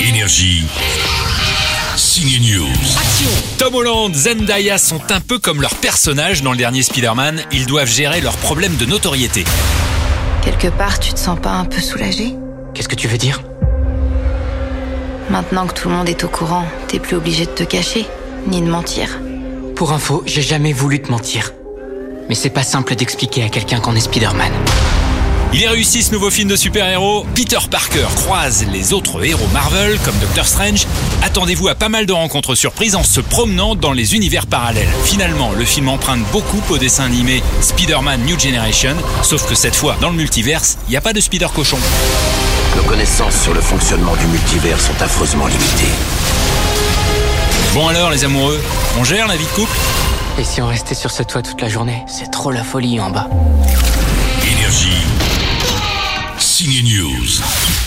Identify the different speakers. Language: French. Speaker 1: Énergie. Signe News.
Speaker 2: Tom Holland, Zendaya sont un peu comme leurs personnages dans le dernier Spider-Man, ils doivent gérer leurs problèmes de notoriété.
Speaker 3: Quelque part, tu te sens pas un peu soulagé
Speaker 4: Qu'est-ce que tu veux dire
Speaker 3: Maintenant que tout le monde est au courant, t'es plus obligé de te cacher, ni de mentir.
Speaker 4: Pour info, j'ai jamais voulu te mentir. Mais c'est pas simple d'expliquer à quelqu'un qu'on est Spider-Man.
Speaker 2: Il est réussi ce nouveau film de super-héros. Peter Parker croise les autres héros Marvel comme Doctor Strange. Attendez-vous à pas mal de rencontres surprises en se promenant dans les univers parallèles. Finalement, le film emprunte beaucoup au dessin animé Spider-Man New Generation, sauf que cette fois, dans le multiverse, il n'y a pas de Spider-Cochon.
Speaker 5: Nos connaissances sur le fonctionnement du multivers sont affreusement limitées.
Speaker 2: Bon alors les amoureux, on gère la vie de couple
Speaker 4: Et si on restait sur ce toit toute la journée C'est trop la folie en bas.
Speaker 1: Énergie. Signe News.